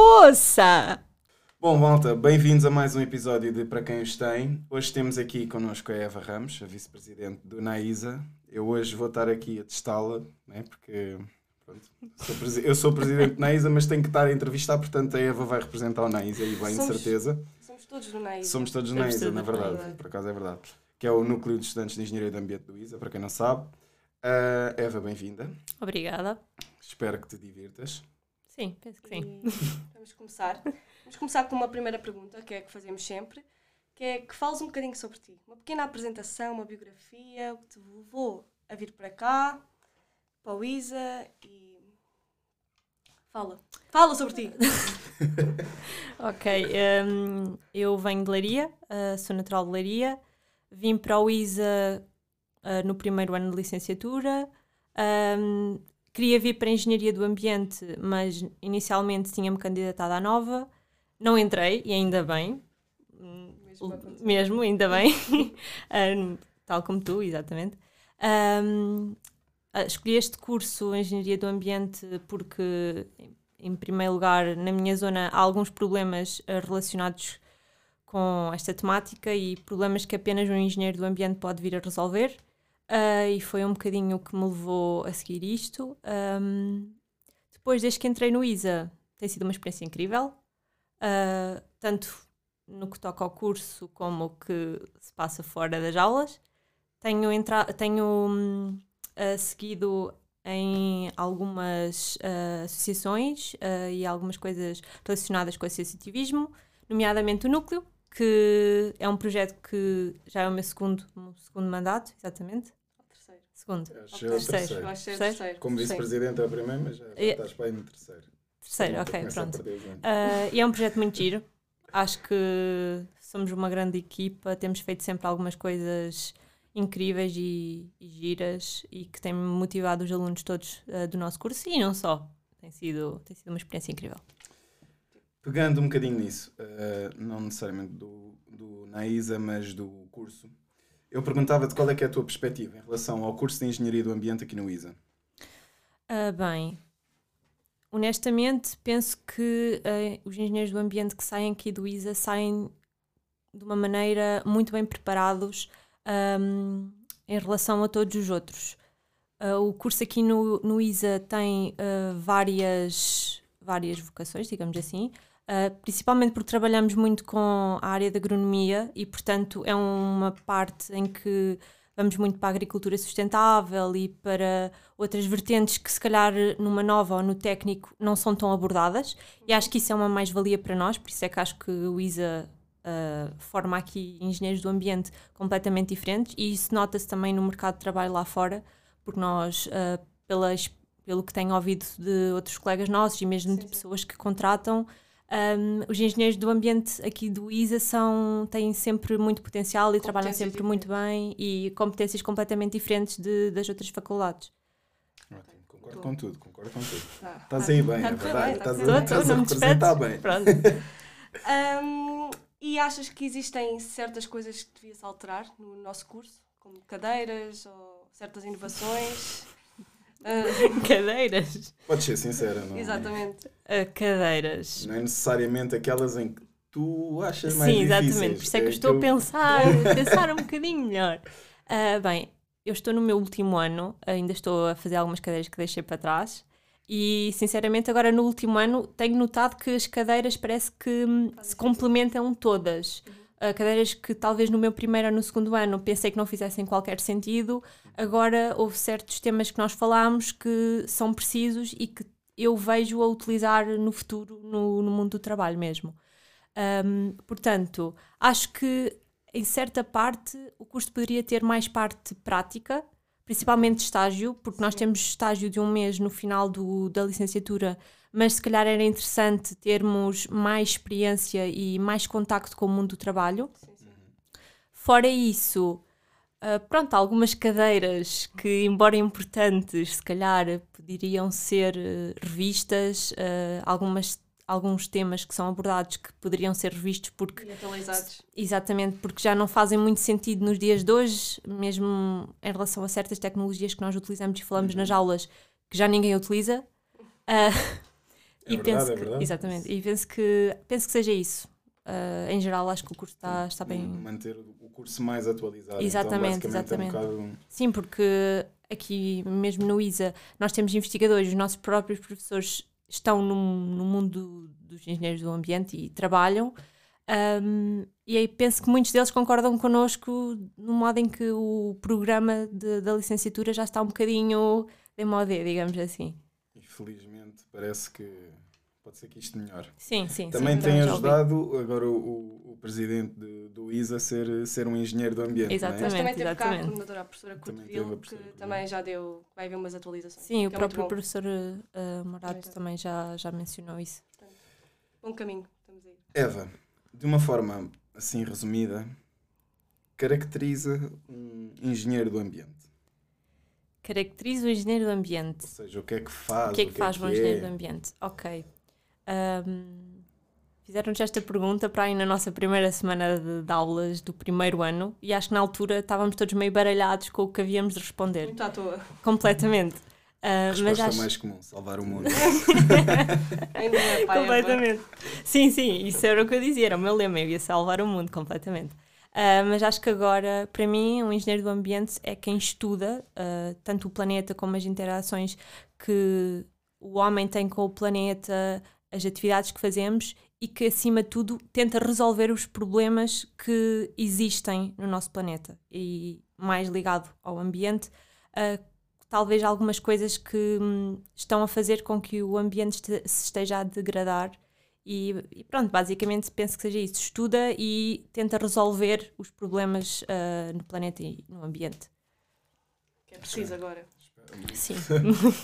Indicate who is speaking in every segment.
Speaker 1: Moça!
Speaker 2: Bom, malta, bem-vindos a mais um episódio de Para Quem Os Tem. Hoje temos aqui connosco a Eva Ramos, a vice-presidente do NAISA. Eu hoje vou estar aqui a testá-la, né, porque pronto, sou presi- eu sou presidente do NAISA, mas tenho que estar a entrevistar, portanto a Eva vai representar o NAISA e bem, de
Speaker 3: Somos-
Speaker 2: certeza.
Speaker 3: Somos todos é? do Nair.
Speaker 2: Somos todos na
Speaker 1: Somos
Speaker 2: ISA,
Speaker 1: todos
Speaker 2: na
Speaker 1: na
Speaker 2: verdade,
Speaker 3: ISA.
Speaker 2: por acaso é verdade. Que é o Núcleo de Estudantes de Engenharia do Ambiente do ISA, para quem não sabe. Ah, Eva, bem-vinda.
Speaker 1: Obrigada.
Speaker 2: Espero que te divirtas.
Speaker 1: Sim, penso que sim.
Speaker 3: E Vamos começar. Vamos começar com uma primeira pergunta, que é a que fazemos sempre, que é que fales um bocadinho sobre ti. Uma pequena apresentação, uma biografia, o que te levou a vir para cá, para o Isa e... Fala. Fala sobre ti.
Speaker 1: Ok, hum, eu venho de Leiria, ah, sou natural de Leiria. Vim para o ISA ah, no primeiro ano de licenciatura. Hum, queria vir para a Engenharia do Ambiente, mas inicialmente tinha-me candidatado à nova. Não entrei, e ainda bem. Hum,
Speaker 3: Mesmo vai acontecer.
Speaker 1: Mesmo, ainda bem. Hum, tal como tu, exatamente. Hum, ah, escolhi este curso, Engenharia do Ambiente, porque, em- em primeiro lugar, na minha zona há alguns problemas ah, relacionados com esta temática e problemas que apenas um engenheiro do ambiente pode vir a resolver. Ah, e foi um bocadinho o que me levou a seguir isto. Ahm, depois, desde que entrei no ISA, tem sido uma experiência incrível, ah, tanto no que toca ao curso como o que se passa fora das aulas. Tenho, entra tenho hum, ah, seguido em algumas ah, associações ah, e algumas coisas relacionadas com o associativismo, nomeadamente o Núcleo, que é um projeto que já é o meu segundo, o segundo mandato, exatamente.
Speaker 3: Terceiro.
Speaker 1: Segundo.
Speaker 2: Acho eu
Speaker 1: Terceiro.
Speaker 2: o
Speaker 3: Eu
Speaker 2: terceiro.
Speaker 3: acho que é o
Speaker 1: Terceiro?
Speaker 3: terceiro.
Speaker 2: Como
Speaker 1: Sim.
Speaker 2: vice-presidente é o primeiro, mas já já
Speaker 1: É.
Speaker 2: estás bem no terceiro.
Speaker 1: Terceiro,
Speaker 2: Malta
Speaker 1: ok,
Speaker 2: começa a
Speaker 1: pronto.
Speaker 2: perder os anos.
Speaker 1: Ah, e é um projeto muito giro. Acho que somos uma grande equipa, temos feito sempre algumas coisas incríveis e, e giras e que tem motivado os alunos todos ah, do nosso curso e não só. Tem sido, tem sido uma experiência incrível.
Speaker 2: Pegando um bocadinho nisso, eh, não necessariamente do, do NAISA, mas do curso, eu perguntava-te qual é que é a tua perspectiva em relação ao curso de Engenharia do Ambiente aqui no ISA.
Speaker 1: Ah, bem, honestamente, penso que eh, os engenheiros do ambiente que saem aqui do ISA saem de uma maneira muito bem preparados ahm, em relação a todos os outros. Ah, o curso aqui no, no ISA tem ah, várias, várias vocações, digamos assim, ah, principalmente porque trabalhamos muito com a área da agronomia e, portanto, é uma parte em que vamos muito para a agricultura sustentável e para outras vertentes que, se calhar, numa nova ou no técnico não são tão abordadas. E acho que isso é uma mais-valia para nós, por isso é que acho que o ISA ah, forma aqui engenheiros do ambiente completamente diferentes e isso nota-se também no mercado de trabalho lá fora, porque nós, ah, pelas, pelo que tenho ouvido de outros colegas nossos e mesmo de
Speaker 3: Sim, sim.
Speaker 1: pessoas que contratam, ahm, os engenheiros do ambiente aqui do ISA são, têm sempre muito potencial e trabalham
Speaker 3: Competências
Speaker 1: sempre muito bem e competências completamente diferentes de- das outras faculdades.
Speaker 2: Ótimo, concordo com tudo, concordo com tudo.
Speaker 3: Tá.
Speaker 2: Estás aí bem, é
Speaker 3: Tá tudo
Speaker 2: verdade.
Speaker 3: bem, tá
Speaker 2: Estás
Speaker 3: tudo
Speaker 2: a,
Speaker 3: bem.
Speaker 2: estás a
Speaker 1: Não me
Speaker 2: representar
Speaker 1: despedes.
Speaker 2: bem.
Speaker 1: Pronto.
Speaker 3: Ahm, e achas que existem certas coisas que devias alterar no nosso curso? Como cadeiras ou certas inovações? Ah,
Speaker 1: Cadeiras.
Speaker 2: Podes ser sincera, não, é?
Speaker 3: exatamente.
Speaker 1: Ah, cadeiras.
Speaker 2: não é necessariamente aquelas em que tu achas mais
Speaker 1: Sim,
Speaker 2: difíceis.
Speaker 1: exatamente. Por isso é que eu estou a pensar, a pensar um bocadinho melhor. Ah, bem, eu estou no meu último ano, ainda estou a fazer algumas cadeiras que deixei para trás. E, sinceramente, agora no último ano tenho notado que as cadeiras parece que hum, se complementam todas. Ah, cadeiras que talvez no meu primeiro ou no segundo ano pensei que não fizessem qualquer sentido, agora houve certos temas que nós falámos que são precisos e que eu vejo a utilizar no futuro, no- no mundo do trabalho mesmo. Um, portanto, acho que em certa parte o curso poderia ter mais parte prática, principalmente de estágio, porque nós temos estágio de um mês no final do- da licenciatura, mas se calhar era interessante termos mais experiência e mais contacto com o mundo do trabalho.
Speaker 3: Sim, sim.
Speaker 1: Fora isso, ah, pronto, algumas cadeiras que, embora importantes, se calhar poderiam ser eh, revistas, ah, algumas, alguns temas que são abordados que poderiam ser revistos porque
Speaker 3: E atualizados.
Speaker 1: Exatamente, porque já não fazem muito sentido nos dias de hoje, mesmo em relação a certas
Speaker 2: Uhum.
Speaker 1: tecnologias que nós utilizamos e falamos nas aulas que já ninguém utiliza. Ah,
Speaker 2: É verdade,
Speaker 1: penso
Speaker 2: é
Speaker 1: que,
Speaker 2: verdade.
Speaker 1: Exatamente. E penso que, penso que seja isso. Ah, em geral, acho que o curso está, está bem.
Speaker 2: Manter o curso mais atualizado.
Speaker 1: Exatamente,
Speaker 2: então, basicamente, É um bocado...
Speaker 1: Sim, porque aqui mesmo no ISA nós temos investigadores, os nossos próprios professores estão no, no mundo dos engenheiros do ambiente e trabalham. Ahm, e aí penso que muitos deles concordam connosco no modo em que o programa de- da licenciatura já está um bocadinho de modé, digamos assim.
Speaker 2: Infelizmente, parece que pode ser que isto melhore.
Speaker 1: Sim, sim.
Speaker 2: Também
Speaker 1: sim,
Speaker 2: tem
Speaker 1: já ouvi.
Speaker 2: ajudado agora o, o- o presidente de- do ISA a ser, ser um engenheiro do ambiente. não é?
Speaker 1: Exatamente.
Speaker 3: Mas também teve cá a
Speaker 1: exatamente.
Speaker 3: coordenadora, a professora
Speaker 2: Também teve a
Speaker 3: Cordovil,
Speaker 2: professora
Speaker 3: que
Speaker 2: Cordovil.
Speaker 3: também já deu, vai haver umas atualizações.
Speaker 1: Sim, o
Speaker 3: que é muito
Speaker 1: próprio
Speaker 3: bom.
Speaker 1: professor eh, Morato
Speaker 3: Exato.
Speaker 1: também já, já mencionou isso.
Speaker 3: Bom caminho, estamos aí.
Speaker 2: Eva, de uma forma assim resumida, caracteriza um engenheiro do ambiente.
Speaker 1: Caracteriza o engenheiro do ambiente.
Speaker 2: Ou seja, o que é que faz?
Speaker 1: O que é que faz bom engenheiro do
Speaker 2: é?
Speaker 1: ambiente? Ok. Ahm, Fizeram-nos esta pergunta para aí na nossa primeira semana de, de aulas do primeiro ano e acho que na altura estávamos todos meio baralhados com o que havíamos de responder.
Speaker 3: Muito à toa.
Speaker 1: Completamente. Ah,
Speaker 2: é Resposta
Speaker 1: mas acho
Speaker 2: mais comum, salvar o mundo.
Speaker 3: Ainda é pai, é
Speaker 1: completamente. Sim, sim, isso era o que eu dizia, era o meu lema, eu ia salvar o mundo completamente. Ah, mas acho que agora, para mim, um engenheiro do ambiente é quem estuda ah, tanto o planeta como as interações que o homem tem com o planeta, as atividades que fazemos e que, acima de tudo, tenta resolver os problemas que existem no nosso planeta e mais ligado ao ambiente. ah, talvez algumas coisas que hum, estão a fazer com que o ambiente este- se esteja a degradar. E, e pronto, basicamente penso que seja isso. Estuda e tenta resolver os problemas ah, no planeta e no ambiente.
Speaker 3: Que é preciso agora.
Speaker 1: Sim,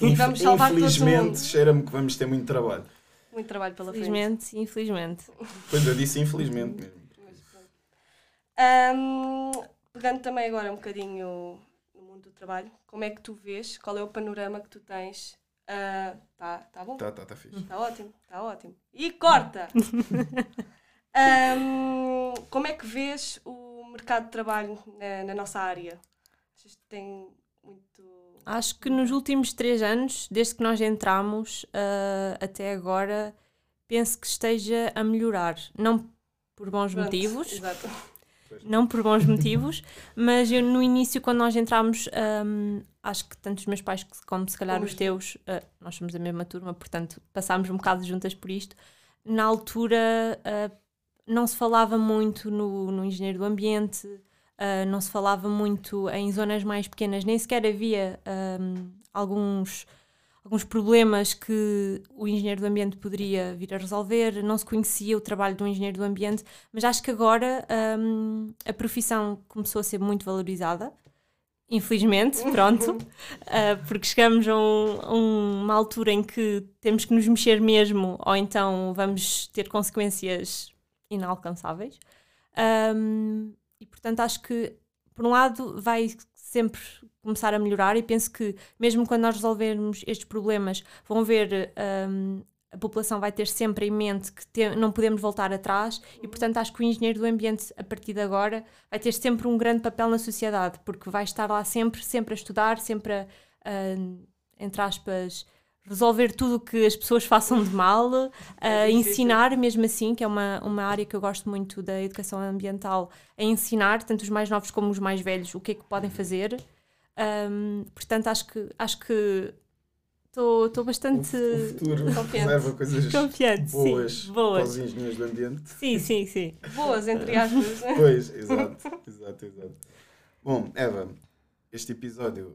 Speaker 3: E vamos salvar todo o
Speaker 2: Infelizmente,
Speaker 3: mundo.
Speaker 2: cheira-me que vamos ter muito trabalho.
Speaker 3: Muito trabalho pela frente.
Speaker 1: infelizmente, infelizmente.
Speaker 2: Pois eu disse infelizmente mesmo.
Speaker 3: Mas pronto. Ahm, pegando também agora um bocadinho no mundo do trabalho, como é que tu vês? Qual é o panorama que tu tens? Ah, tá, tá bom?
Speaker 2: Tá, tá, tá fixe.
Speaker 3: Está ótimo, está ótimo. E corta! Ahm, como é que vês o mercado de trabalho eh, na, na nossa área? Achas que tem muito.
Speaker 1: Acho que nos últimos três anos, desde que nós entramos ah, até agora, penso que esteja a melhorar. Não por bons
Speaker 3: Pronto,
Speaker 1: motivos,
Speaker 3: Exato.
Speaker 1: não por bons motivos, mas eu no início, quando nós entramos, hum, acho que tanto os meus pais como se calhar
Speaker 3: Como
Speaker 1: os
Speaker 3: os-
Speaker 1: teus, ah, nós somos a mesma turma, portanto passámos um bocado juntas por isto. Na altura ah, não se falava muito no, no engenheiro do ambiente, ah, não se falava muito em zonas mais pequenas, nem sequer havia hum, alguns. Alguns problemas que o engenheiro do ambiente poderia vir a resolver, não se conhecia o trabalho do engenheiro do ambiente, mas acho que agora hum, a profissão começou a ser muito valorizada. Infelizmente, pronto, Ah, porque chegamos a, um- a uma altura em que temos que nos mexer mesmo, ou então vamos ter consequências inalcançáveis. Hum, e portanto, acho que, por um lado, vai sempre começar a melhorar, e penso que, mesmo quando nós resolvermos estes problemas, vão ver hum, a população vai ter sempre em mente que te- não podemos voltar atrás
Speaker 2: Uhum.
Speaker 1: e, portanto, acho que o engenheiro do ambiente, a partir de agora, vai ter sempre um grande papel na sociedade, porque vai estar lá sempre, sempre a estudar, sempre a, a, entre aspas, resolver tudo o que as pessoas façam de mal,
Speaker 2: É
Speaker 1: a
Speaker 3: difícil.
Speaker 1: ensinar mesmo assim, que é uma, uma área que eu gosto muito da educação ambiental, a ensinar tanto os mais novos como os mais velhos o que é que podem
Speaker 2: Uhum.
Speaker 1: fazer. Hum, portanto, acho que acho que estou
Speaker 2: O, o
Speaker 1: bastante
Speaker 2: futuro
Speaker 3: Confiante.
Speaker 2: reserva coisas
Speaker 1: Confiante,
Speaker 2: boas,
Speaker 1: sim.
Speaker 2: para
Speaker 1: Boas.
Speaker 2: os engenheiros do ambiente.
Speaker 1: Sim, sim, sim.
Speaker 3: Boas, entre aspas. né?
Speaker 2: Pois, exato, exato, exato. Bom, Eva, este episódio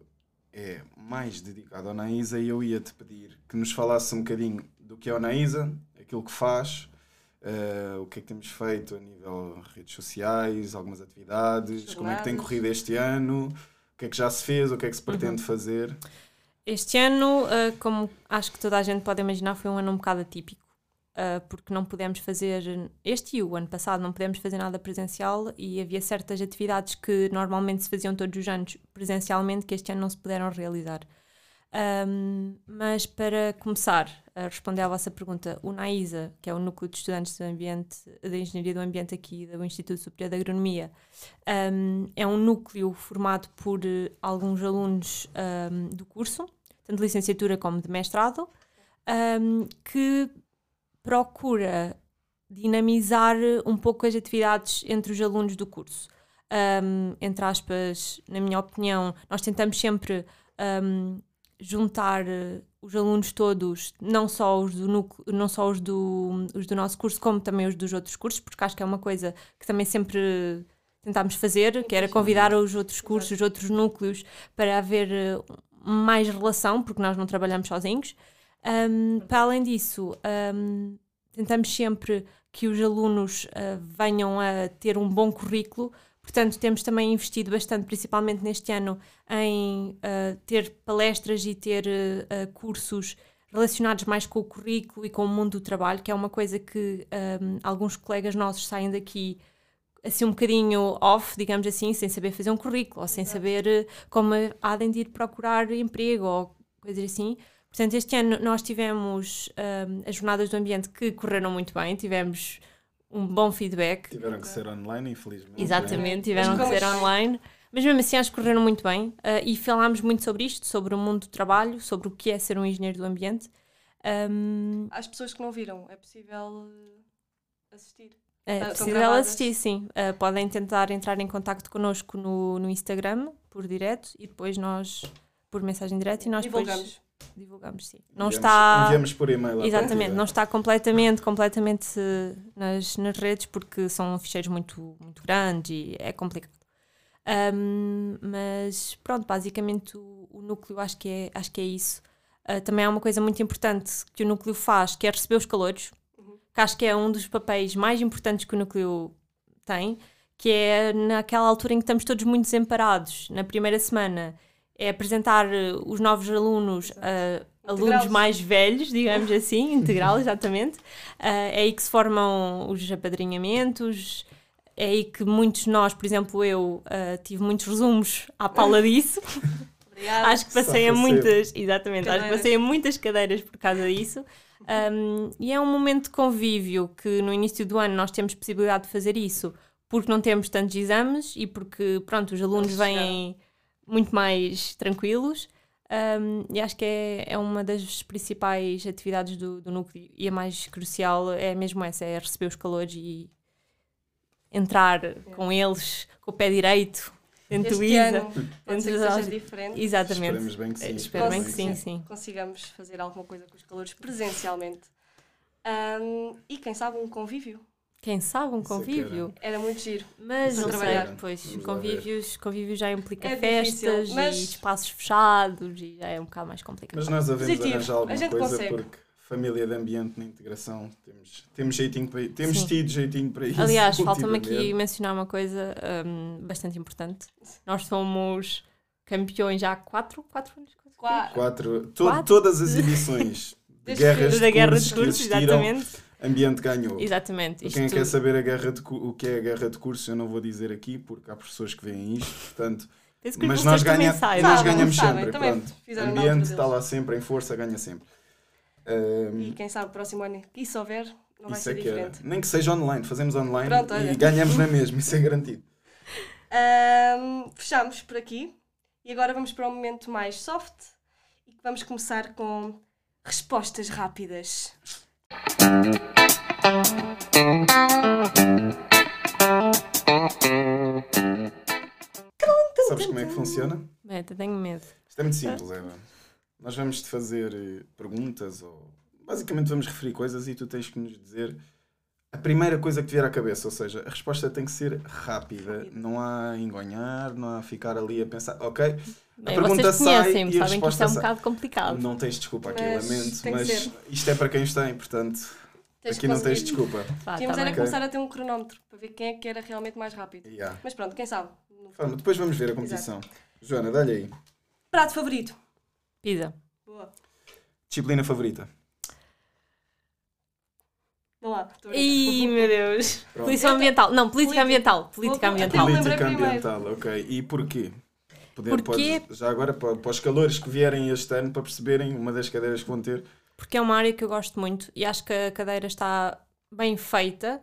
Speaker 2: é mais dedicado à Naísa e eu ia-te pedir que nos falasse um bocadinho do que é a Naísa, aquilo que faz, eh, o que é que temos feito a nível de redes sociais, algumas atividades, como é que tem
Speaker 3: Jornadas.
Speaker 2: corrido este ano, o que é que já se fez, o que é que se pretende fazer.
Speaker 1: Este ano, ah, como acho que toda a gente pode imaginar, foi um ano um bocado atípico, ah, porque não pudemos fazer, este e o ano passado, não pudemos fazer nada presencial e havia certas atividades que normalmente se faziam todos os anos presencialmente que este ano não se puderam realizar. Ahm, mas para começar a responder à vossa pergunta, o NAISA, que é o Núcleo de Estudantes do Ambiente, da Engenharia do Ambiente aqui do Instituto Superior de Agronomia, ahm, é um núcleo formado por ah, eh, alguns alunos ahm, do curso, tanto de licenciatura como de mestrado. ahm, que procura dinamizar um pouco as atividades entre os alunos do curso. Ahm, entre aspas, na minha opinião, nós tentamos sempre ahm, juntar eh, os alunos todos, não só os do núcleo, não só os do, os do nosso curso, como também os dos outros cursos, porque acho que é uma coisa que também sempre tentámos fazer, que era convidar os outros cursos, os outros núcleos, para haver eh, mais relação, porque nós não trabalhamos sozinhos. Ahm, para além disso, ahm, tentamos sempre que os alunos ah, venham a ter um bom currículo, portanto, temos também investido bastante, principalmente neste ano, em ah, ter palestras e ter ah, ah, cursos relacionados mais com o currículo e com o mundo do trabalho, que é uma coisa que ahm, alguns colegas nossos saem daqui assim um bocadinho off, digamos assim, sem saber fazer um currículo, ou sem saber eh, como há de ir procurar emprego ou coisas assim. Portanto, este ano nós tivemos ahm, as jornadas do ambiente que correram muito bem, tivemos um bom feedback.
Speaker 2: Tiveram que ser online, infelizmente. é?
Speaker 1: Exatamente, tiveram que
Speaker 3: Mas
Speaker 1: ser
Speaker 3: como- é
Speaker 1: online. Mas mesmo assim acho que correram muito bem ah, e falámos muito sobre isto, sobre o mundo do trabalho, sobre o que é ser um engenheiro do ambiente. Ahm,
Speaker 3: Às pessoas que não viram, é possível eh, assistir.
Speaker 1: é,
Speaker 3: Ah, estão
Speaker 1: precisa dela
Speaker 3: gravadas?
Speaker 1: assistir, sim. Ah, podem tentar entrar em contacto connosco no, no Instagram, por direto, e depois nós, por mensagem direta, e nós
Speaker 3: Divulgamos.
Speaker 1: depois divulgamos, sim. Não
Speaker 2: Enviamos-
Speaker 1: está...
Speaker 2: Enviamos por e-mail. à
Speaker 1: Exatamente,
Speaker 2: partida.
Speaker 1: não está completamente, completamente eh, nas, nas redes porque são ficheiros muito, muito grandes e é complicado. Ahm, mas pronto, basicamente o, o núcleo acho que é, acho que é isso. Ah, também há uma coisa muito importante que o núcleo faz, que é receber os calouros, que acho que é um dos papéis mais importantes que o núcleo tem, que é naquela altura em que estamos todos muito desamparados, na primeira semana, é apresentar eh, os novos alunos a alunos
Speaker 3: Integrá-los.
Speaker 1: mais velhos, digamos assim, integral, exatamente. Ah, é aí que se formam os apadrinhamentos, é aí que muitos de nós, por exemplo, eu ah, tive muitos resumos à pala disso.
Speaker 3: Obrigada.
Speaker 1: Acho que passei a
Speaker 2: Safa
Speaker 1: muitas, exatamente, acho que
Speaker 3: Cadeiras.
Speaker 1: passei a muitas cadeiras por causa disso. Um, e é um momento de convívio que no início do ano nós temos possibilidade de fazer isso porque não temos tantos exames e porque, pronto, os alunos
Speaker 3: Eles
Speaker 1: vêm muito mais tranquilos. Um, e acho que é, é uma das principais atividades do, do núcleo e a mais crucial é mesmo essa: é receber os calores e entrar com eles com o pé direito, dentro do
Speaker 3: este
Speaker 1: Isa.
Speaker 3: ano pode ser que
Speaker 1: Entusiasmo.
Speaker 3: seja diferente.
Speaker 1: Exatamente.
Speaker 2: Esperemos bem que sim.
Speaker 1: Espero bem que sim,
Speaker 3: Posso-
Speaker 1: sim.
Speaker 3: Consigamos fazer alguma coisa com os calores presencialmente. Ahm, e quem sabe um convívio.
Speaker 1: Quem sabe um
Speaker 2: Isso é que
Speaker 1: convívio.
Speaker 3: Era muito giro.
Speaker 1: Mas
Speaker 2: Isso
Speaker 1: não
Speaker 3: é que era.
Speaker 1: sei, pois,
Speaker 2: Vamos lá
Speaker 1: convívios, convívios já implica
Speaker 3: É difícil,
Speaker 1: festas
Speaker 3: mas-
Speaker 1: e espaços fechados e já é um bocado mais complicado.
Speaker 2: Mas nós devemos
Speaker 3: Positivo.
Speaker 2: arranjar
Speaker 3: A
Speaker 2: alguma
Speaker 3: gente
Speaker 2: coisa
Speaker 3: consegue.
Speaker 2: porque família de ambiente na integração temos, temos, jeitinho para, temos
Speaker 1: Sim.
Speaker 2: tido jeitinho para isso.
Speaker 1: Aliás, falta-me aqui
Speaker 2: ultimamente.
Speaker 1: mencionar uma coisa hum, bastante importante. Nós somos campeões já há 4 quatro anos. consecutivos?
Speaker 3: Qua-
Speaker 2: Quatro, to-
Speaker 1: Quatro?
Speaker 2: Todas as edições de
Speaker 3: Desde
Speaker 2: guerras
Speaker 1: Da
Speaker 2: de
Speaker 1: guerra
Speaker 2: cursos
Speaker 1: de cursos,
Speaker 2: que existiram,
Speaker 1: exatamente.
Speaker 2: ambiente ganhou.
Speaker 1: Exatamente.
Speaker 2: Quem é
Speaker 1: isto-
Speaker 2: quer saber a guerra de cu- o que é a guerra de curso, eu não vou dizer aqui, porque há professores que veem isto, portanto,
Speaker 1: penso que os
Speaker 2: mas nós,
Speaker 1: professores também
Speaker 2: ganha,
Speaker 1: saibam.
Speaker 2: nós
Speaker 3: Sabem,
Speaker 2: ganhamos
Speaker 3: sabem,
Speaker 2: sempre.
Speaker 3: também
Speaker 2: pronto.
Speaker 3: fizeram na
Speaker 2: ambiente
Speaker 3: altura
Speaker 2: está
Speaker 3: deles.
Speaker 2: lá sempre, em força, ganha sempre. Ahm,
Speaker 3: E quem sabe o próximo ano, que isso houver, não vai
Speaker 2: Uhum. isso é
Speaker 3: ser
Speaker 2: que era.
Speaker 3: diferente.
Speaker 2: Nem que seja online, fazemos online
Speaker 3: Pronto,
Speaker 2: e
Speaker 3: olha.
Speaker 2: ganhamos na mesma, isso é garantido.
Speaker 3: Ahm, fechamos por aqui e agora vamos para um momento mais soft e que vamos começar com respostas rápidas.
Speaker 2: Sabes como é que funciona?
Speaker 1: Bem, até tenho medo.
Speaker 2: Isto é muito simples, Eva. Nós vamos te fazer eh, perguntas ou. Basicamente, vamos referir coisas e tu tens que nos dizer a primeira coisa que te vier à cabeça. Ou seja, a resposta tem que ser rápida. Não há engonhar, não há ficar ali a pensar. Ok?
Speaker 1: Bem,
Speaker 2: pergunta
Speaker 1: vocês conhecem-me, sabem que isto
Speaker 2: sai e a
Speaker 1: é um
Speaker 2: resposta sai.
Speaker 1: bocado complicado.
Speaker 2: Não tens desculpa aqui,
Speaker 3: Mas
Speaker 2: lamento.
Speaker 3: tem que
Speaker 2: Mas
Speaker 3: ser.
Speaker 2: isto é para quem os tem, portanto,
Speaker 3: Tens
Speaker 2: aqui
Speaker 3: que
Speaker 2: não tens
Speaker 3: conseguir.
Speaker 2: desculpa.
Speaker 1: Vá,
Speaker 3: Tínhamos
Speaker 1: tá bem.
Speaker 3: era
Speaker 2: Ok.
Speaker 3: começar a ter um cronómetro para ver quem é que era realmente mais rápido.
Speaker 2: Yeah.
Speaker 3: Mas pronto, quem sabe? No futuro.
Speaker 2: Vamos, Depois vamos ver a competição. Joana, dá-lhe aí.
Speaker 3: Prato favorito.
Speaker 1: Pisa.
Speaker 3: Boa.
Speaker 2: Disciplina favorita.
Speaker 3: Vão lá. estou a brincar.
Speaker 1: Ih, meu Deus.
Speaker 2: Pronto.
Speaker 1: Polícia ambiental. Não, política
Speaker 3: Política.
Speaker 1: ambiental. Política
Speaker 3: Vou-
Speaker 1: ambiental.
Speaker 3: Não, lembrei
Speaker 2: Política
Speaker 3: primeiro.
Speaker 2: ambiental, ok. E porquê? Poder,
Speaker 1: Porquê?
Speaker 2: podes- já agora, para, para os calores que vierem este ano, para perceberem uma das cadeiras que vão ter.
Speaker 1: Porque é uma área que eu gosto muito e acho que a cadeira está bem feita,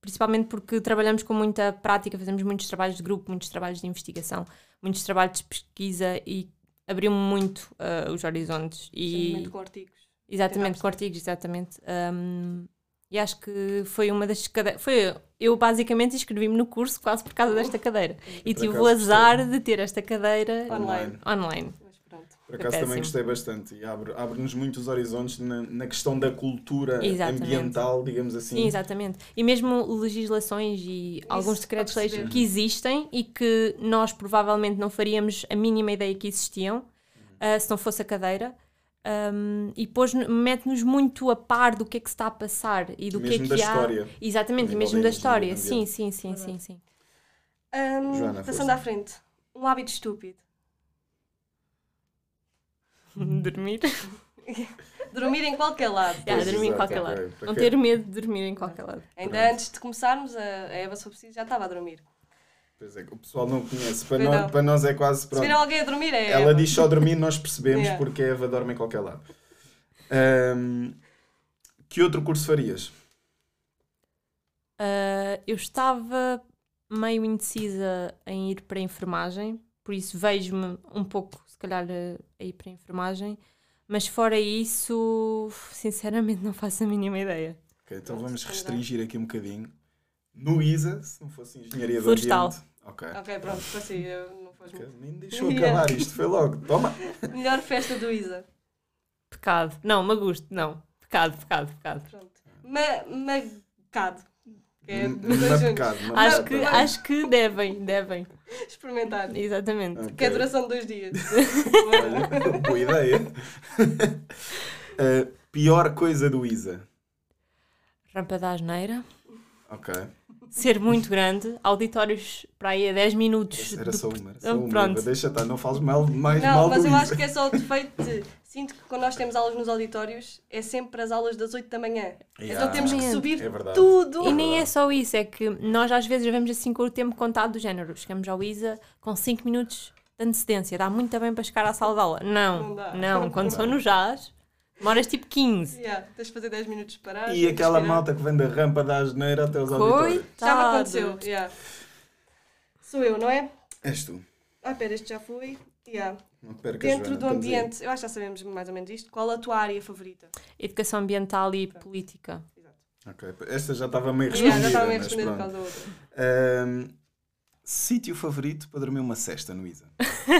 Speaker 1: principalmente porque trabalhamos com muita prática, fazemos muitos trabalhos de grupo, muitos trabalhos de investigação, muitos trabalhos de pesquisa e abriu muito ah, os horizontes.
Speaker 3: Sim, muito
Speaker 1: E,
Speaker 3: com artigos.
Speaker 1: Exatamente, com artigos, exatamente. Um, e acho que foi uma das cadeiras. Foi, eu basicamente inscrevi-me no curso quase por causa desta cadeira. E
Speaker 2: Por
Speaker 1: tive
Speaker 2: acaso
Speaker 1: o azar
Speaker 2: gostei.
Speaker 1: de ter esta cadeira
Speaker 3: Online.
Speaker 1: online.
Speaker 3: Mas pronto.
Speaker 2: Por acaso também
Speaker 1: péssimo.
Speaker 2: gostei bastante e abre- abre-nos muitos horizontes na, na questão da cultura
Speaker 1: Exatamente.
Speaker 2: ambiental, digamos assim.
Speaker 1: Sim, exatamente. E mesmo legislações e alguns decretos
Speaker 3: para
Speaker 1: leis
Speaker 3: perceber.
Speaker 1: que existem e que nós provavelmente não faríamos a mínima ideia que existiam
Speaker 2: Uhum.
Speaker 1: ah, se não fosse a cadeira. Ahm, e depois n- mete-nos muito a par do que é que se está a passar e do
Speaker 2: Mesmo
Speaker 1: que é que
Speaker 2: da
Speaker 1: há.
Speaker 2: história.
Speaker 1: Exatamente, e mesmo
Speaker 2: Envolvendo
Speaker 1: da
Speaker 2: a engenharia
Speaker 1: história. Sim,
Speaker 2: ambiental.
Speaker 1: sim, sim, sim, sim.
Speaker 3: Hum,
Speaker 2: Joana,
Speaker 3: passando
Speaker 2: força.
Speaker 3: à frente. Um hábito estúpido.
Speaker 1: Dormir.
Speaker 3: Dormir em qualquer lado.
Speaker 1: Já,
Speaker 2: Pois,
Speaker 1: dormir em
Speaker 2: exato,
Speaker 1: qualquer
Speaker 2: ok,
Speaker 1: lado.
Speaker 2: para
Speaker 1: Não
Speaker 2: quê?
Speaker 1: ter medo de dormir em qualquer lado.
Speaker 3: Ainda
Speaker 2: Pronto.
Speaker 3: antes de começarmos, a a Eva, se for preciso, já estava a dormir.
Speaker 2: Pois é, que o pessoal não conhece. Para,
Speaker 3: Pois
Speaker 2: nós,
Speaker 3: não.
Speaker 2: para nós é quase
Speaker 3: Se
Speaker 2: pronto.
Speaker 3: vir alguém a dormir, é
Speaker 2: Ela
Speaker 3: Eva.
Speaker 2: diz só dormir, nós percebemos
Speaker 3: Yeah.
Speaker 2: porque a Eva dorme em qualquer lado. Ahm, que outro curso farias?
Speaker 1: Ah, eu estava meio indecisa em ir para a enfermagem, por isso vejo-me um pouco, se calhar, a a ir para a enfermagem. Mas fora isso, sinceramente, não faço a mínima ideia.
Speaker 2: Ok, então
Speaker 3: Pronto,
Speaker 2: vamos
Speaker 3: se calhar.
Speaker 2: restringir aqui um bocadinho. No ISA, se não fosse engenharia do
Speaker 1: Florestal.
Speaker 2: ambiente. Ok.
Speaker 3: Ok, pronto, passei. eu Não faz
Speaker 2: Ok,
Speaker 3: muito.
Speaker 2: Nem deixou
Speaker 3: Yeah.
Speaker 2: acabar isto, foi logo. Toma!
Speaker 3: Melhor festa do Isa.
Speaker 1: Pecado. Não, magusto, não. Pecado, pecado, pecado.
Speaker 3: Pronto. Ma- Magado. Que é
Speaker 2: Hum,
Speaker 3: dois
Speaker 2: não é
Speaker 3: juntos.
Speaker 2: pecado, não é
Speaker 1: Acho que,
Speaker 2: pecado.
Speaker 1: acho que devem, devem.
Speaker 3: Experimentar.
Speaker 1: Exatamente.
Speaker 2: Ok.
Speaker 3: Que é a duração de dois dias.
Speaker 2: Olha, boa ideia. Uh, pior coisa do ISA.
Speaker 1: Rampa da asneira.
Speaker 2: Ok.
Speaker 1: Ser muito grande. Auditórios para aí a 10 minutos.
Speaker 2: Era
Speaker 1: do-
Speaker 2: só uma. Era só uma.
Speaker 1: Pronto.
Speaker 2: Eva, Deixa estar, não fales mal, mais
Speaker 3: Não,
Speaker 2: mal do
Speaker 3: mas eu
Speaker 2: ISA.
Speaker 3: acho que é só o defeito de. Sinto que quando nós temos aulas nos auditórios, é sempre as aulas das 8 da manhã.
Speaker 2: Yeah.
Speaker 3: Então temos que
Speaker 1: Exatamente.
Speaker 3: subir
Speaker 2: É verdade.
Speaker 3: tudo.
Speaker 1: E nem é só isso, é que nós às vezes vemos assim com o tempo contado do género. Chegamos ao ISA com 5 minutos de antecedência, dá muito bem para chegar à sala de aula. Não,
Speaker 3: Não dá.
Speaker 1: não, quando são no jazz, demoras tipo 15.
Speaker 3: Yeah, tens de fazer 10 minutos de parar.
Speaker 2: E aquela
Speaker 3: respirar.
Speaker 2: malta que vem da rampa da asneira até os auditórios.
Speaker 1: Coitado.
Speaker 3: Já me aconteceu. yeah. Sou eu, não é?
Speaker 2: És tu.
Speaker 3: Ah, pera, este já foi. Yeah.
Speaker 2: Não te percas,
Speaker 3: Dentro
Speaker 2: Joana,
Speaker 3: do
Speaker 2: estamos aí.
Speaker 3: ambiente, eu acho que já sabemos mais ou menos isto. Qual a tua área favorita?
Speaker 1: Educação ambiental e política.
Speaker 3: Exato.
Speaker 2: Ok, Esta já estava meio respondida.
Speaker 3: Yeah, já estava a
Speaker 2: mas
Speaker 3: responder por
Speaker 2: pronto.
Speaker 3: causa da outra.
Speaker 2: Ahm, Sítio favorito para dormir uma cesta no ISA.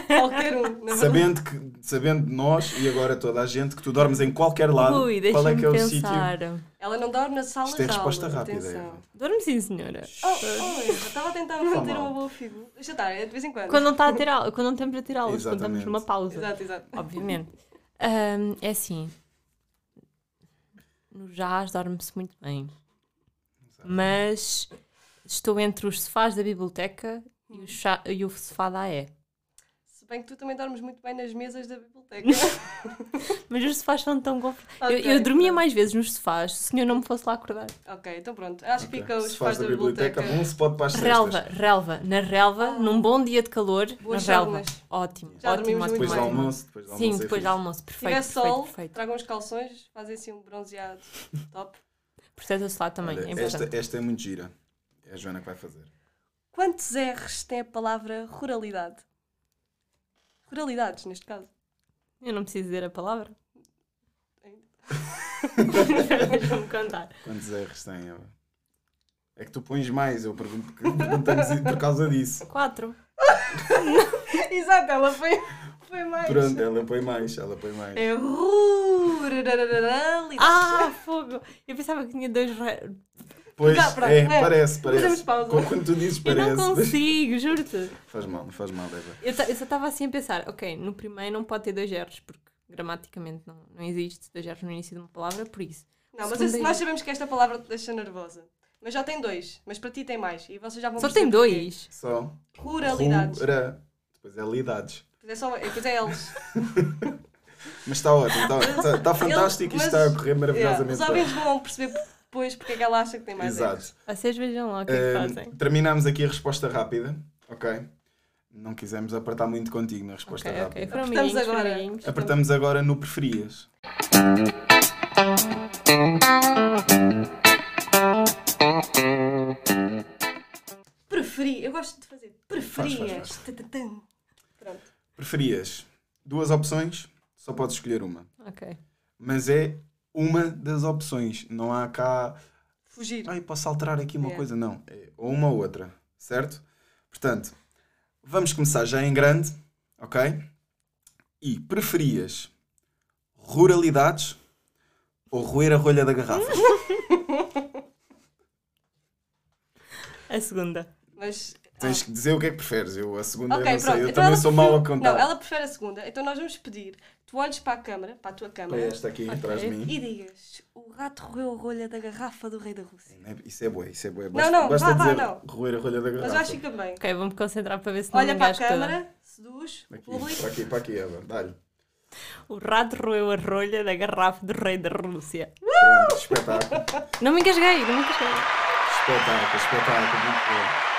Speaker 3: Qualquer um, na verdade.
Speaker 2: sabendo, que, sabendo de nós e agora toda a gente que tu dormes em qualquer lado,
Speaker 1: Ui,
Speaker 2: qual é
Speaker 1: deixa-me
Speaker 2: que é o sítio?
Speaker 1: pensar.
Speaker 3: Ela não dorme na sala
Speaker 2: Isto é
Speaker 3: de aula,
Speaker 2: resposta rápida, é,
Speaker 3: atenção.
Speaker 2: Eva.
Speaker 1: Dorme sim, senhora.
Speaker 3: Oh, oh, eu estava a tentar
Speaker 2: Fala
Speaker 3: manter
Speaker 2: mal.
Speaker 3: uma boa figura. Deixa estar, é de vez em quando.
Speaker 1: Quando não está a ter aula, quando não temos a ter aulas, quando estamos
Speaker 2: Exatamente.
Speaker 1: numa pausa.
Speaker 3: Exato, exato.
Speaker 1: Obviamente. Ahm, é assim. No jazz dorme-se muito bem. Mas estou entre os sofás da biblioteca e o, chá- e o sofá da AE.
Speaker 3: Se bem que tu também dormes muito bem nas mesas da biblioteca.
Speaker 1: Mas os sofás são tão confortáveis. Eu-
Speaker 3: Ok,
Speaker 1: eu, dormia
Speaker 3: pronto.
Speaker 1: mais vezes nos sofás se o senhor não me fosse lá acordar.
Speaker 3: Ok, então pronto. Acho que
Speaker 2: Ok.
Speaker 3: fica os
Speaker 2: Se faz
Speaker 3: pais
Speaker 2: da
Speaker 3: da
Speaker 2: biblioteca,
Speaker 3: biblioteca.
Speaker 2: bom spot para as cestas.
Speaker 1: Relva, relva. Na relva, num bom dia de calor,
Speaker 3: Ah. Boas
Speaker 1: na relva.
Speaker 3: chávenas.
Speaker 1: Ótimo,
Speaker 3: Já
Speaker 1: ótimo,
Speaker 3: dormimos
Speaker 1: ótimo.
Speaker 2: Depois do
Speaker 3: Muito bem.
Speaker 1: ótimo.
Speaker 2: almoço, depois do almoço.
Speaker 1: Sim,
Speaker 2: é
Speaker 1: depois do
Speaker 2: fixe.
Speaker 1: almoço.
Speaker 3: Se
Speaker 1: Perfeito,
Speaker 3: tiver sol,
Speaker 1: perfeito, perfeito.
Speaker 3: tragam os calções, fazem assim um bronzeado top.
Speaker 1: Protetor solar também, é
Speaker 2: Olha,
Speaker 1: importante.
Speaker 2: esta, esta é muito gira. É a Joana que vai fazer.
Speaker 3: Quantos R's tem a palavra ruralidade? Ruralidades, neste caso.
Speaker 1: Eu não preciso dizer a palavra.
Speaker 3: Ainda.
Speaker 1: Vou-me contar.
Speaker 2: Quantos R's tem, Eva? É que tu pões mais, eu pergunto, perguntamos isso por causa disso.
Speaker 1: Quatro.
Speaker 3: Exato, ela foi, foi mais.
Speaker 2: Pronto, ela põe mais, ela põe mais.
Speaker 3: É ruralidade.
Speaker 1: Ah, fogo! Eu pensava que tinha dois. re-
Speaker 2: Pois,
Speaker 3: Dá, pronto,
Speaker 2: é,
Speaker 3: é.
Speaker 2: parece,
Speaker 3: Fazemos
Speaker 2: parece.
Speaker 3: pausa.
Speaker 2: Quando, quando tu dizes
Speaker 1: Eu não
Speaker 2: parece.
Speaker 1: consigo, juro-te.
Speaker 2: Faz mal, não faz mal, Eva.
Speaker 1: Eu, ta- eu só estava assim a pensar, ok, no primeiro não pode ter dois erros, porque gramaticamente não, não existe dois erros no início de uma palavra, por isso.
Speaker 3: Não, mas
Speaker 1: Segunda
Speaker 3: esse- nós
Speaker 1: aí.
Speaker 3: sabemos que esta palavra te deixa nervosa. Mas já tem dois. Mas para ti tem mais. E vocês já vão
Speaker 1: Só
Speaker 3: perceber
Speaker 1: tem
Speaker 3: porquê.
Speaker 1: dois.
Speaker 2: Só.
Speaker 3: Ruralidades.
Speaker 2: Rura. Depois é lidades.
Speaker 3: Pois é, só, é, pois é eles.
Speaker 2: Mas está ótimo, está está- está fantástico e
Speaker 3: Mas-
Speaker 2: está a correr
Speaker 3: Yeah.
Speaker 2: maravilhosamente
Speaker 3: Os ouvintes vão perceber depois porque é que ela acha que tem
Speaker 2: bem.
Speaker 3: mais
Speaker 2: Exato.
Speaker 3: erros.
Speaker 1: Vocês vejam lá o que é que fazem.
Speaker 2: Terminámos terminamos aqui a resposta rápida, ok? Não quisemos apertar muito contigo na resposta
Speaker 1: Ok, ok.
Speaker 2: rápida.
Speaker 1: Foram
Speaker 3: Apertamos
Speaker 1: amiguinhos, foram
Speaker 3: agora.
Speaker 1: amiguinhos.
Speaker 2: Apertamos agora no preferias.
Speaker 3: Preferi. Eu gosto de fazer preferias.
Speaker 2: faz.
Speaker 3: Tatatã. Pronto.
Speaker 2: Preferias duas opções, só podes escolher uma.
Speaker 1: Ok.
Speaker 2: mas é uma das opções. Não há cá,
Speaker 3: Fugir.
Speaker 2: ai, posso alterar aqui uma
Speaker 3: É.
Speaker 2: coisa. Não, é ou uma ou outra, certo? Portanto, vamos começar já em grande, ok? E preferias ruralidades ou roer a rolha da garrafa?
Speaker 1: A segunda.
Speaker 3: Mas.
Speaker 2: Tens que dizer o que é que preferes. Eu, a segunda,
Speaker 3: Ok,
Speaker 2: eu não
Speaker 3: pronto.
Speaker 2: sei. Eu
Speaker 3: Então
Speaker 2: também
Speaker 3: ela
Speaker 2: sou mau a
Speaker 3: prefere-
Speaker 2: contar.
Speaker 3: Não, ela prefere a segunda. Então nós vamos pedir que tu olhes para a câmara, para a tua
Speaker 2: Para
Speaker 3: câmara,
Speaker 2: esta aqui atrás de mim.
Speaker 3: e digas: o rato roeu a rolha da garrafa do rei da Rússia.
Speaker 2: Isso é boa, isso é boa.
Speaker 3: Não, não,
Speaker 2: basta
Speaker 3: vá, vá,
Speaker 2: dizer
Speaker 3: não.
Speaker 2: roer a rolha da garrafa.
Speaker 3: Mas eu acho que fica bem.
Speaker 1: Ok, vou-me concentrar para ver se não
Speaker 3: Olha
Speaker 1: me
Speaker 3: para a
Speaker 1: engasgo toda.
Speaker 3: câmara, seduz o
Speaker 2: Aqui,
Speaker 3: público.
Speaker 2: para aqui, para aqui, Eva. Dá-lhe.
Speaker 1: O rato roeu a rolha da garrafa do rei da Rússia.
Speaker 2: Pronto, espetáculo.
Speaker 1: Não me engasguei, não me engasguei.
Speaker 2: Espetáculo, espetáculo. Muito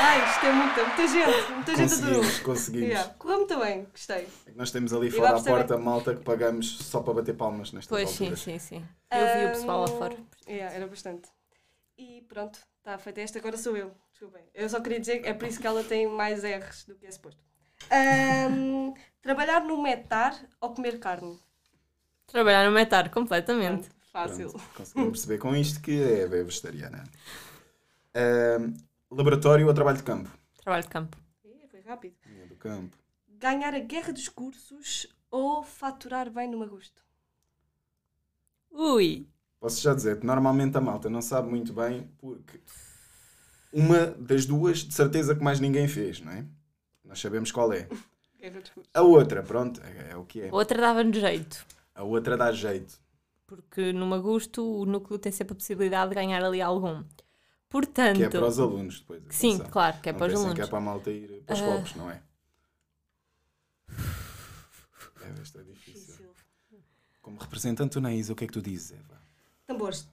Speaker 3: Ai, isto é muita, muita gente, muita
Speaker 2: bom.
Speaker 3: gente adorou.
Speaker 2: Conseguimos, conseguimos.
Speaker 3: um. Yeah, Correu muito bem, gostei.
Speaker 2: É que Nós temos ali
Speaker 3: E
Speaker 2: fora à
Speaker 3: vamos também-
Speaker 2: porta a malta que pagamos só para bater palmas nestas
Speaker 1: Pois, sim,
Speaker 2: alturas.
Speaker 1: sim, sim. Eu vi o pessoal lá
Speaker 3: Ahm,
Speaker 1: fora.
Speaker 3: yeah, era bastante. E pronto, está feita esta, agora sou eu. Desculpem. Eu só queria dizer que é por isso que ela tem mais R's do que é suposto. Ahm, trabalhar no metar ou comer carne?
Speaker 1: Trabalhar no metar, completamente.
Speaker 3: Pronto, fácil.
Speaker 2: Pronto, conseguimos perceber com isto que a Eva é vegetariana. Ahm, laboratório ou trabalho de campo?
Speaker 1: Trabalho de campo.
Speaker 3: Ih, Foi rápido.
Speaker 2: Linha do campo.
Speaker 3: Ganhar a guerra dos cursos ou faturar bem no Magusto?
Speaker 1: Ui,
Speaker 2: Posso já dizer que normalmente a malta não sabe muito bem porque uma das duas, de certeza que mais ninguém fez, não é? Nós sabemos qual é.
Speaker 3: Guerra dos cursos.
Speaker 2: A outra, pronto, é é o que é.
Speaker 1: outra dava-nos jeito.
Speaker 2: A outra dá jeito.
Speaker 1: Porque no Magusto o núcleo tem sempre a possibilidade de ganhar ali algum. Portanto,
Speaker 2: Que é para os alunos depois.
Speaker 1: sim,
Speaker 2: atenção.
Speaker 1: claro, que é
Speaker 2: Não
Speaker 1: para os
Speaker 2: pensem
Speaker 1: alunos.
Speaker 2: que é para a malta ir para os
Speaker 1: Ah.
Speaker 2: copos, não é? Eva, isto é difícil.
Speaker 3: Difícil.
Speaker 2: Como representante do Naísa, o que é que tu dizes, Eva?
Speaker 3: Tambores.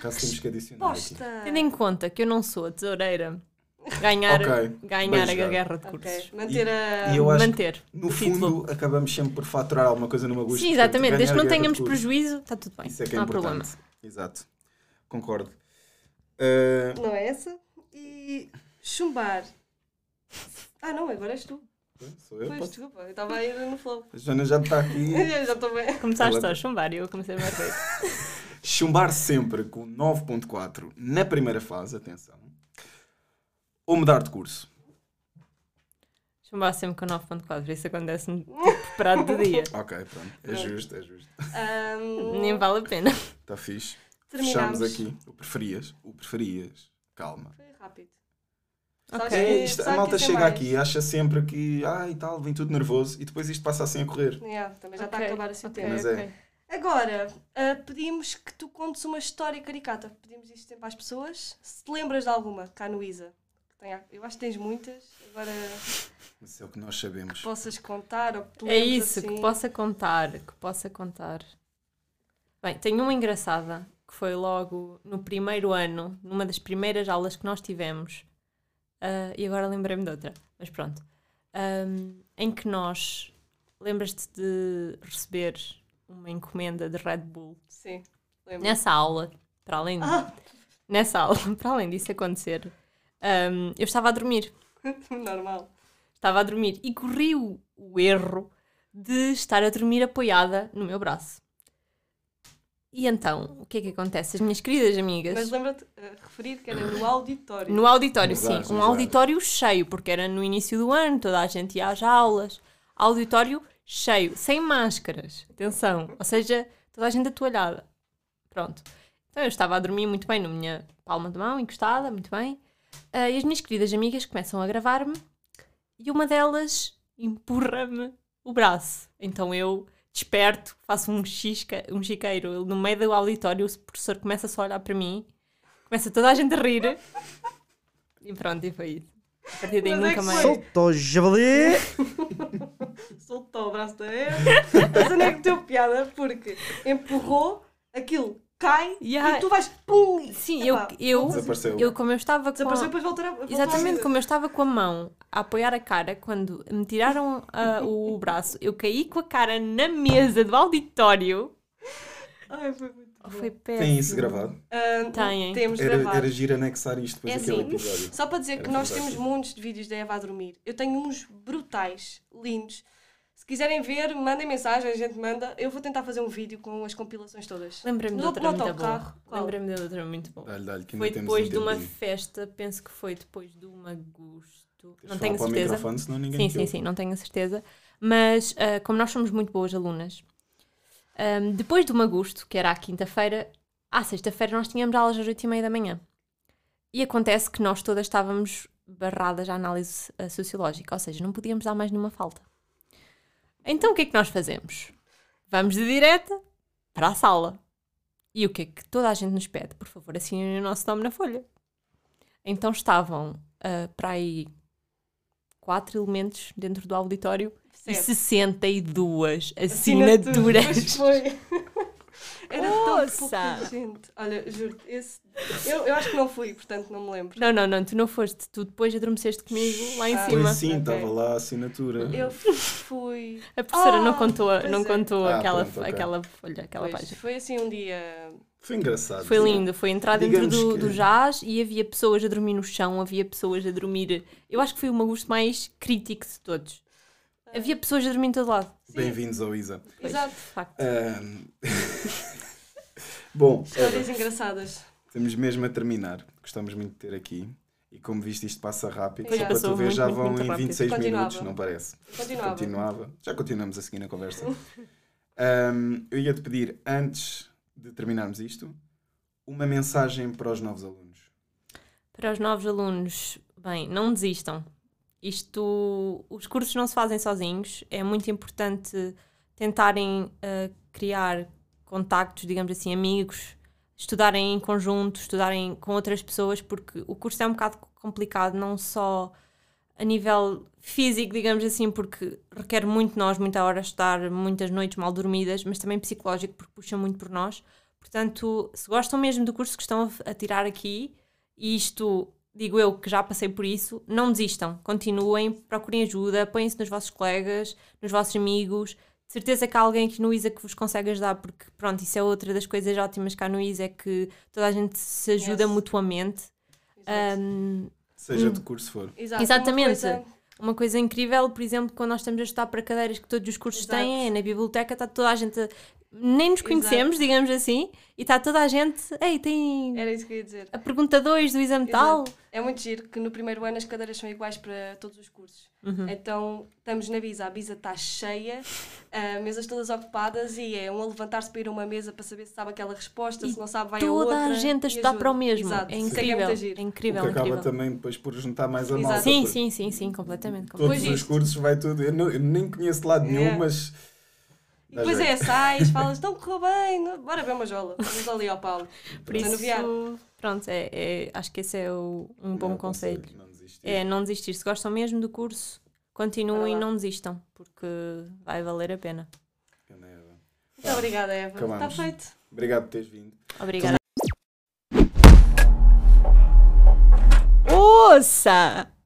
Speaker 2: Caso temos que adicionar é aqui.
Speaker 3: Resposta.
Speaker 1: Tendo em conta que eu não sou a tesoureira, ganhar,
Speaker 2: Ok,
Speaker 1: ganhar a
Speaker 2: bem jogado.
Speaker 1: guerra de
Speaker 3: Ok,
Speaker 1: cursos.
Speaker 3: Manter
Speaker 2: E-
Speaker 3: a.
Speaker 2: e eu acho que-
Speaker 1: Manter.
Speaker 2: No
Speaker 1: o
Speaker 2: fundo, acabamos sempre por faturar alguma coisa numa gusto.
Speaker 1: Tipo, Sim, exatamente. Desde que não tenhamos
Speaker 2: prejuízo.
Speaker 1: prejuízo, está tudo bem.
Speaker 2: Isso é que é
Speaker 1: não há
Speaker 2: importante.
Speaker 1: problema.
Speaker 2: Exato. Concordo. Ah,
Speaker 3: Não é essa? E chumbar. Ah, não, agora és tu.
Speaker 2: sou eu,
Speaker 3: pois,
Speaker 2: posso?
Speaker 3: desculpa, eu estava a ir no flow.
Speaker 2: A Joana já está aqui.
Speaker 3: Eu já estou bem.
Speaker 1: Começaste
Speaker 2: Ela- é
Speaker 1: só a chumbar e eu comecei a bater.
Speaker 2: Chumbar sempre com 9.4 na primeira fase, atenção. Ou mudar de curso.
Speaker 1: Chumbar sempre com 9.4, isso acontece-me tipo, preparado do dia.
Speaker 2: Ok, pronto. É justo, é justo.
Speaker 3: Ahm,
Speaker 1: Nem vale a pena.
Speaker 2: Está Tá fixe.
Speaker 3: Terminamos.
Speaker 2: Fechamos aqui. O preferias. O preferias. Calma.
Speaker 3: Foi rápido.
Speaker 1: Ok.
Speaker 3: Sabe
Speaker 2: É
Speaker 3: que-
Speaker 2: isto, a
Speaker 3: sabe que
Speaker 2: malta
Speaker 3: isso é
Speaker 2: chega
Speaker 3: mais.
Speaker 2: aqui e acha sempre que, ai tal, vem tudo nervoso e depois isto passa assim a correr.
Speaker 3: Yeah, também já está
Speaker 1: Ok,
Speaker 3: a acabar assim o
Speaker 1: ok,
Speaker 3: tempo.
Speaker 2: Mas é.
Speaker 1: ok.
Speaker 3: Agora, ah, pedimos que tu contes uma história caricata. Pedimos isto sempre às pessoas. Se te lembras de alguma, cá no Isa. que tenha- Eu acho que tens muitas. Agora,
Speaker 2: Mas é o que nós sabemos.
Speaker 3: possas contar ou que te
Speaker 1: É
Speaker 3: lembres
Speaker 1: isso,
Speaker 3: assim.
Speaker 1: que possa contar, que possa contar. Bem, tenho uma engraçada que foi logo no primeiro ano, numa das primeiras aulas que nós tivemos, ah, e agora lembrei-me de outra, mas pronto. Ahm, em que nós lembras-te de receber uma encomenda de Red Bull
Speaker 3: Sim, lembro.
Speaker 1: nessa aula, para além
Speaker 3: Ah,
Speaker 1: nessa aula, para além disso acontecer, ahm, eu estava a dormir.
Speaker 3: normal.
Speaker 1: Estava a dormir e corri o, o erro de estar a dormir apoiada no meu braço. E então, o que é que acontece? As minhas queridas amigas.
Speaker 3: Mas lembra-te ah, referir que era no auditório.
Speaker 1: No auditório,
Speaker 2: Nos
Speaker 1: sim.
Speaker 2: ares,
Speaker 1: um
Speaker 2: nos
Speaker 1: auditório cheio, porque era no início do ano, toda a gente ia às aulas. Auditório cheio, sem máscaras. Atenção. Ou seja, toda a gente atualhada. Pronto. Então eu estava a dormir muito bem na minha palma de mão, encostada, muito bem. Ah, e as minhas queridas amigas começam a gravar-me e uma delas empurra-me o braço. Então eu desperto, faço um, xisca, um chiqueiro no meio do auditório, o professor começa só a olhar para mim, começa toda a gente a rir. E pronto, e foi isso. A partir daí
Speaker 3: Mas é
Speaker 1: nunca
Speaker 3: que
Speaker 1: mais.
Speaker 3: foi.
Speaker 4: Solta o javali!
Speaker 3: soltou o braço da Eva. Essa não é que deu piada porque empurrou, aquilo cai
Speaker 1: Yeah.
Speaker 3: e tu vais pum!
Speaker 1: Sim, eu,
Speaker 3: Epá,
Speaker 1: eu,
Speaker 2: Desapareceu.
Speaker 1: eu como eu estava com
Speaker 3: Desapareceu
Speaker 1: a,
Speaker 3: depois voltar a voltou a
Speaker 1: Exatamente,
Speaker 3: vida.
Speaker 1: como eu estava com a mão a apoiar a cara, quando me tiraram ah, o braço, eu caí com a cara na mesa do auditório.
Speaker 3: Ai, foi muito bom.
Speaker 1: Foi péssimo.
Speaker 2: Tem isso gravado?
Speaker 3: Ah,
Speaker 1: Têm.
Speaker 3: Temos
Speaker 2: Era,
Speaker 3: gravado.
Speaker 2: era giro anexar isto depois
Speaker 3: É
Speaker 2: daquele
Speaker 3: assim.
Speaker 2: episódio.
Speaker 3: Só para dizer
Speaker 2: Era
Speaker 3: que nós
Speaker 2: fantástico.
Speaker 3: temos montes de vídeos da Eva a dormir. Eu tenho uns brutais, lindos. Se quiserem ver, mandem mensagem, a gente manda. Eu vou tentar fazer um vídeo com as compilações todas.
Speaker 1: Lembrei-me de
Speaker 3: No-
Speaker 1: outra
Speaker 3: no
Speaker 1: muito
Speaker 3: autocarro,
Speaker 1: boa.
Speaker 3: qual?
Speaker 1: Lembrei-me de outra muito boa.
Speaker 2: Dá-lhe, dá-lhe, que ainda
Speaker 1: Foi
Speaker 2: temos
Speaker 1: depois
Speaker 2: um
Speaker 1: de uma
Speaker 2: tempinho.
Speaker 1: festa, penso que foi depois de uma agosto.
Speaker 2: Tens de
Speaker 1: Não
Speaker 2: falar
Speaker 1: tenho
Speaker 2: para o
Speaker 1: certeza.
Speaker 2: microfone, senão ninguém
Speaker 1: Sim,
Speaker 2: te
Speaker 1: sim,
Speaker 2: ouve.
Speaker 1: sim, não tenho a certeza. Mas ah, como nós somos muito boas alunas, ahm, depois de um agosto, que era à quinta-feira, à sexta-feira nós tínhamos aulas às oito e meia da manhã. E acontece que nós todas estávamos barradas à análise ah, sociológica, ou seja, não podíamos dar mais nenhuma falta. Então o que é que nós fazemos? Vamos de direta para a sala. E o que é que toda a gente nos pede? Por favor, assinem o nosso nome na folha. Então estavam ah, para aí quatro elementos dentro do auditório
Speaker 3: Certo.
Speaker 1: e 62
Speaker 3: Assinaturas. Pois
Speaker 1: assinaturas.
Speaker 3: foi. Era
Speaker 1: Ouça!
Speaker 3: tão pouca gente. Olha, juro-te, esse... eu, eu acho que não fui, portanto não me lembro.
Speaker 1: Não, não, não, tu não foste, tu depois adormeceste comigo lá em
Speaker 3: Ah.
Speaker 1: cima.
Speaker 2: Pois sim,
Speaker 3: Ok.
Speaker 2: estava lá a assinatura.
Speaker 3: Eu fui.
Speaker 1: A professora não
Speaker 3: Ah,
Speaker 1: contou,
Speaker 3: pois
Speaker 1: não
Speaker 3: é.
Speaker 1: contou
Speaker 2: Ah,
Speaker 1: aquela,
Speaker 2: pronto, ok.
Speaker 1: aquela folha, aquela
Speaker 3: Pois,
Speaker 1: página.
Speaker 3: foi assim um dia.
Speaker 2: Foi engraçado.
Speaker 1: Foi lindo, foi entrar dentro
Speaker 2: Ah, Digamos
Speaker 1: do,
Speaker 2: que-
Speaker 1: do jazz e havia pessoas a dormir no chão, havia pessoas a dormir. Eu acho que foi o agosto mais crítico de todos. Havia pessoas a dormir em todo lado.
Speaker 3: Sim,
Speaker 2: Bem-vindos ao ISA.
Speaker 3: Ah. Exato.
Speaker 1: De facto.
Speaker 2: Ahm, Bom, Eva,
Speaker 3: Histórias engraçadas.
Speaker 2: estamos mesmo a terminar. Gostamos muito de ter aqui. E como viste, isto passa rápido.
Speaker 3: Pois
Speaker 2: Só para
Speaker 1: passou
Speaker 2: tu ver,
Speaker 1: muito,
Speaker 2: já
Speaker 1: muito,
Speaker 2: vão
Speaker 1: muito
Speaker 2: em
Speaker 1: rápido.
Speaker 2: 26 minutos,
Speaker 3: Continuava.
Speaker 2: não parece?
Speaker 3: Continuava.
Speaker 2: Continuava. Já continuamos a seguir na conversa. Ahm, eu ia te pedir, antes de terminarmos isto, uma mensagem para os novos alunos.
Speaker 1: Para os novos alunos, bem, não desistam. Isto, os cursos não se fazem sozinhos. É muito importante tentarem ah, criar contactos, digamos assim, amigos, estudarem em conjunto, estudarem com outras pessoas, porque o curso é um bocado complicado, não só a nível físico, digamos assim, porque requer muito de nós, muita hora a estudar, muitas noites mal dormidas, mas também psicológico, porque puxa muito por nós. Portanto, se gostam mesmo do curso que estão a tirar aqui, e isto digo eu que já passei por isso, não desistam, continuem, procurem ajuda, apoiem-se nos vossos colegas, nos vossos amigos. De certeza que há alguém aqui no ISA que vos consegue ajudar, porque pronto, isso é outra das coisas ótimas cá no ISA, é que toda a gente se ajuda
Speaker 3: Yes.
Speaker 1: mutuamente.
Speaker 3: Exato.
Speaker 1: Hum,
Speaker 2: Seja de curso for.
Speaker 3: Exato,
Speaker 1: exatamente.
Speaker 3: uma coisa-
Speaker 1: uma coisa incrível, por exemplo, quando nós estamos a estudar para cadeiras que todos os cursos
Speaker 3: Exato.
Speaker 1: têm, é na biblioteca está toda a gente. a- Nem nos conhecemos, digamos assim, e está toda a gente. Ei, tem
Speaker 3: Era isso que eu ia dizer.
Speaker 1: a pergunta 2 do exame tal.
Speaker 3: Exato. É muito giro que no primeiro ano as cadeiras são iguais para todos os cursos.
Speaker 1: Uhum.
Speaker 3: Então estamos na Bisa, a Bisa está cheia, ah, mesas todas ocupadas e é um a levantar-se para ir a uma mesa para saber se sabe aquela resposta,
Speaker 1: E
Speaker 3: se não sabe, vai a outra.
Speaker 1: toda a gente a
Speaker 3: e
Speaker 1: estudar
Speaker 3: ajuda.
Speaker 1: para o mesmo.
Speaker 3: Exato.
Speaker 1: É
Speaker 3: Isso que
Speaker 1: incrível.
Speaker 3: muito
Speaker 1: É,
Speaker 3: giro.
Speaker 1: incrível,
Speaker 2: o que acaba
Speaker 1: incrível.
Speaker 2: também depois por juntar mais a
Speaker 3: Exato.
Speaker 2: malta.
Speaker 1: Sim,
Speaker 2: porque
Speaker 1: sim, sim, sim, completamente.
Speaker 2: Todos
Speaker 1: completamente.
Speaker 3: Pois
Speaker 2: os
Speaker 3: isto.
Speaker 2: cursos vai tudo. Eu, não- eu nem conheço de lado nenhum,
Speaker 1: É.
Speaker 3: Yeah.
Speaker 2: mas
Speaker 3: E depois é, sais, falas, não correu bem, não- bora ver uma jola. Vamos ali ao Paulo.
Speaker 1: Por
Speaker 3: Vamos anuviar.
Speaker 1: isso, pronto, é, é- acho que esse é o- um bom
Speaker 2: Não
Speaker 1: conselho.
Speaker 2: Não desistir.
Speaker 1: É não desistir. Se gostam mesmo do curso, continuem
Speaker 3: Bora
Speaker 1: e
Speaker 3: lá.
Speaker 1: não desistam, porque vai valer a pena.
Speaker 2: Pena, Eva.
Speaker 3: Muito obrigada, Eva. Está
Speaker 2: acabamos.
Speaker 3: feito.
Speaker 2: é Obrigado por teres vindo.
Speaker 1: Obrigada. Ouça!